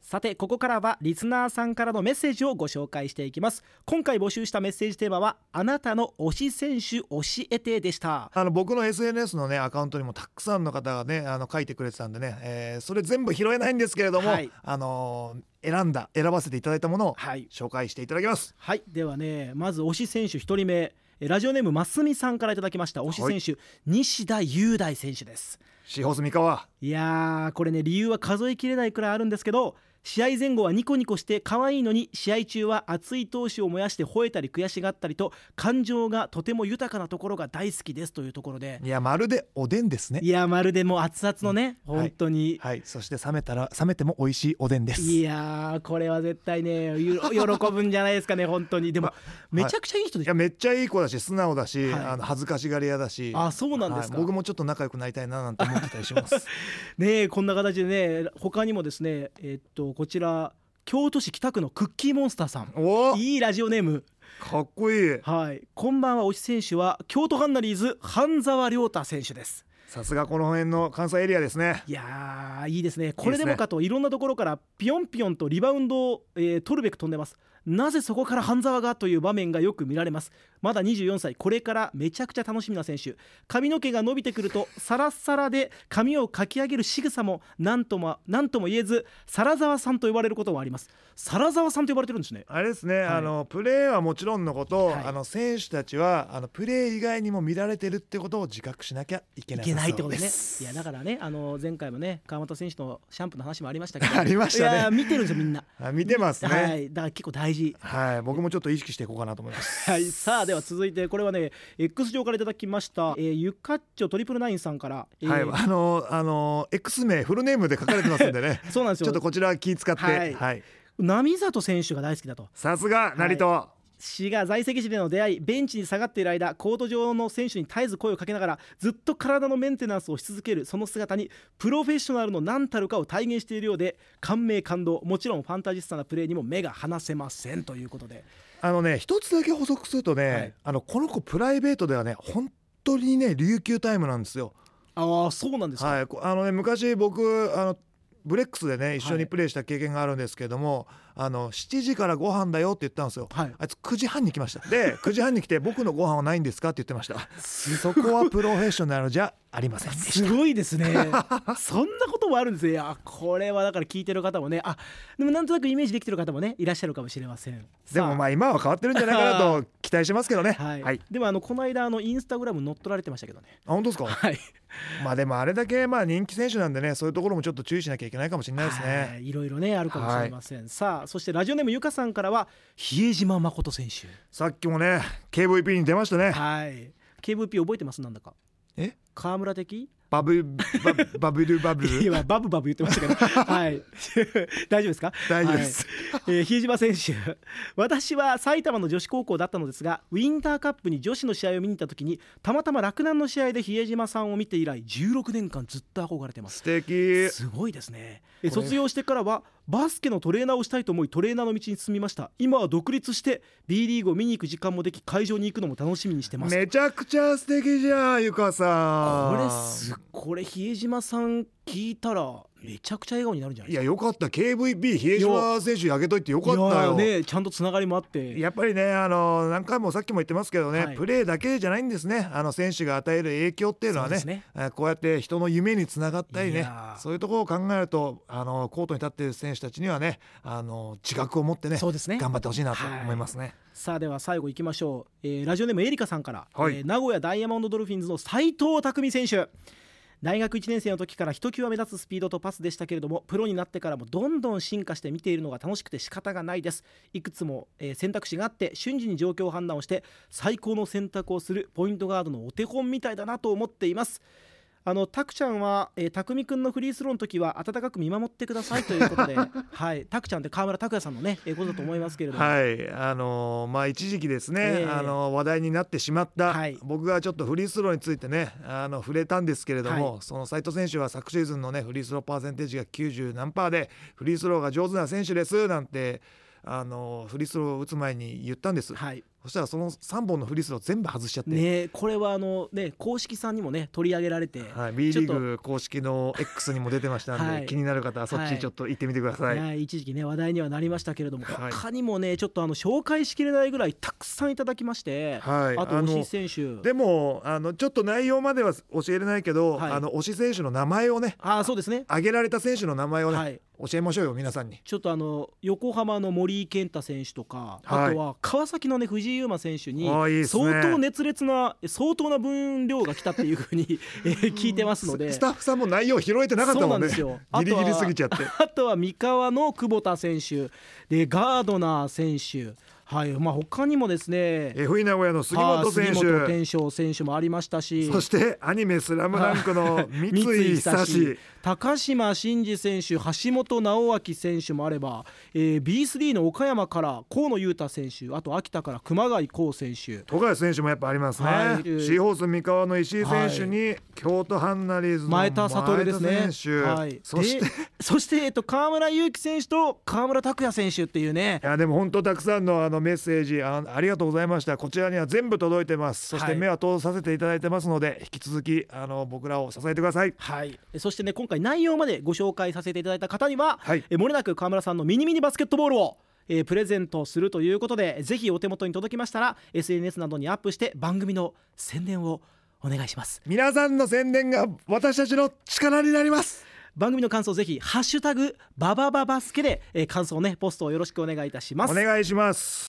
さてここからはリスナーさんからのメッセージをご紹介していきます今回募集したメッセージテーマはあなたの推し選手教えてでしたあの僕の SNS のねアカウントにもたくさんの方がねあの書いてくれてたんでね、えーそれ全部拾えないんですけれども、はいあのー選んだ選ばせていただいたものをはい紹介していただきます。はいではねまず推し選手一人目えラジオネームますみさんからいただきました推し選手、西田雄大選手ですシーホース三河いやーこれね理由は数えきれないくらいあるんですけど試合前後はニコニコして可愛いのに試合中は熱い闘志を燃やして吠えたり悔しがったりと感情がとても豊かなところが大好きですというところでいやまるでおでんですね い。やまるでもう熱々のね、んはい本当に、はい、そして冷めたら冷めても美味しいおでんです。い、やーこれは絶対ねゆ 喜ぶんじゃないですかね本当にでも、めちゃくちゃいい人でしやょ、めっちゃいい子だし素直だし、はいあの恥ずかしがり屋だし。あそうなんですか、はい僕もちょっと仲良くなりたいななんて思ってたりします。 ねえこんな形でね他にもですねえっとこちら京都市北区のクッキーモンスターさんおお、いいラジオネームかっこいい。はい、こんばんは推し選手は京都ハンナリーズ半沢亮太選手ですさすがこの辺の関西エリアですね。いやーいいですねこれでもかといろんなところからピヨンピヨンとリバウンドを、えー取るべく飛んでますなぜそこから半沢がという場面がよく見られますまだ24歳これからめちゃくちゃ楽しみな選手髪の毛が伸びてくるとサラッサラで髪をかき上げる仕草もなんともなんとも言えずサラザワさんと呼ばれることもありますサラザワさんと呼ばれてるんですねあれですね、いあのプレーはもちろんのこと、はいあの選手たちはあのプレー以外にも見られてるってことを自覚しなきゃいけいないけないってことでですすね。いやだからね、あの前回もね、川本選手のシャンプーの話もありましたけど、 ありましたねいや見てるんですよみんな。あ見てますねは、はいい、だから結構大事。僕もちょっと意識していこうかなと思いますはい、さあでは続いてこれはね X 上からいただきました、えー、ゆかっちょトリプルナインさんから、えーはいあのあの X 名フルネームで書かれてますんでね そうなんですちょよっとこちら気使っては、はいい波里選手が大好きだとさすが成田、氏が在籍時での出会いベンチに下がっている間コート上の選手に絶えず声をかけながらずっと体のメンテナンスをし続けるその姿にプロフェッショナルの何たるかを体現しているようで感銘感動もちろんファンタジスタなプレーにも目が離せませんということであのね一つだけ補足するとね、はいあのこの子プライベートではね本当にね琉球タイムなんですよああそうなんですか、はい、こあのね昔僕あのブレックスでね一緒はにいプレーした経験があるんですけども、あの7時からご飯だよって言ったんですよ、はいあいつ9時半に来ましたで9時半に来て僕のご飯はないんですかって言ってましたそこはプロフェッショナルじゃありませんでしすごいですね そんなこともあるんですねいやこれはだから聞いてる方もねあでもなんとなくイメージできてる方もねいらっしゃるかもしれませんたでさもあまあ今は変わってるんじゃないかな と期待してますけどねはい、はい、でもあのこの間あのインスタグラム乗っ取られてましたけどねあ本当ですかはいまあでもあれだけまあ人気選手なんでねそういうところもちょっと注意しなきゃいけないかもしれないですね、はい、いろいろねあるかもしれません、さあそしてラジオネームゆかさんからは比江島誠選 手さっきもね KVP に出ましたねはい KVP 覚えてますなんだかえ河村的バブババブルバブ ルいやバブバブ言ってま したけどはい 大丈夫ですか大丈夫です、えー比江島選手私は埼玉の女子高校だったのですがウィンターカップに女子の試合を見に行った時にたまたま洛南の試合で比江島さんを見て以来16年間ずっと憧れてます素敵すごいですねえこれ卒業してからはバスケのトレーナーをしたいと思いトレーナーの道に進みました今は独立して B リーグを見に行く時間もでき会場に行くのも楽しみにしてますめちゃくちゃ素敵じゃんゆかさんこれすこれ比江島さん聞いたらめちゃくちゃ笑顔になるんじゃないいですやよかった KVP 比江島選手にあげといてよかかったよいやねちゃんとつながりもあってやっぱりねあの何回もさっきも言ってますけどね、はいプレーだけじゃないんですねあの選手が与える影響っていうのはねそうですねあこうやって人の夢につながったりいねやーそういうところを考えるとあのコートに立っている選手たちにはねあの自覚を持ってねそうですね頑張ってほしいなと思いますね、さあでは最後行きましょう、えーラジオネームエリカさんから、はいえー名古屋ダイヤモンドドルフィンズの斉藤匠選手大学1年生の時からひときわ目立つスピードとパスでしたけれどもプロになってからもどんどん進化して見ているのが楽しくて仕方がないですいくつも、えー選択肢があって瞬時に状況を判断をして最高の選択をするポイントガードのお手本みたいだなと思っていますあのタクちゃんは、えー、たくみくんのフリースローの時は温かく見守ってくださいということで、 はい、タクちゃんって川村拓哉さんのね、えーことだと思いますけれども、はいあのーまあ一時期ですね、ええあのー話題になってしまった、はい僕がちょっとフリースローについてねあの触れたんですけれども、はその斉藤選手は昨シーズンのねフリースローパーセンテージが90何パーでフリースローが上手な選手ですなんてあのーフリースローを打つ前に言ったんです、はい、そしたらその3本のフリースロー全部外しちゃって、ねえこれはあのね公式さんにもね取り上げられて、はい、B リちょーグ公式の X にも出てましたんで、はい気になる方はそっちちょっと行ってみてください、ね一時期ね話題にはなりましたけれども、はい他にもねちょっとあの紹介しきれないぐらいたくさんいただきまして、はいあとあの押井選手でもあのちょっと内容までは教えれないけど、はいあの推し選手の名前をねああそうですね挙げられた選手の名前をね、はい教えましょうよ皆さんにちょっとあの横浜の森井健太選手とか、はいあとは川崎のね藤井優馬選手にああいいっすね相当熱烈な相当な分量が来たっていうふう に、えー聞いてますのでススタッフさんも内容拾えてなかったもんねそうなんですよギリギリすぎちゃ ってあとは三河の久保田選手でガードナー選手はいまあ他にもですね F 名古屋の杉本選はい手杉本天翔選手もありましたしそしてアニメ「スラムダンクの三井久志高島真司選手橋本直明選手もあれば、えー、B3 の岡山から河野裕太選手あと秋田から熊谷光選手富樫選手もやっぱありますね、はいシーホース三河の石井選手に、京都ハンナリーズの前田悟ですね前田選手、はい、そしてでそして、えっと、河村勇輝選手と河村拓也選手っていうねいやでも本当たくさんのあのメッセージあありがとうございましたこちらには全部届いてますそしてはい目は通させていただいてますので、引き続きあの僕らを支えてくださいはい、そしてね今回内容までご紹介させていただいた方には、はいえー、もれなく河村さんのミニミニバスケットボールを、えープレゼントするということでぜひお手元に届きましたら SNS などにアップして番組の宣伝をお願いします皆さんの宣伝が私たちの力になります番組の感想ぜひハッシュタグババババスケで、えー感想ねポストをよろしくお願いいたしますお願いします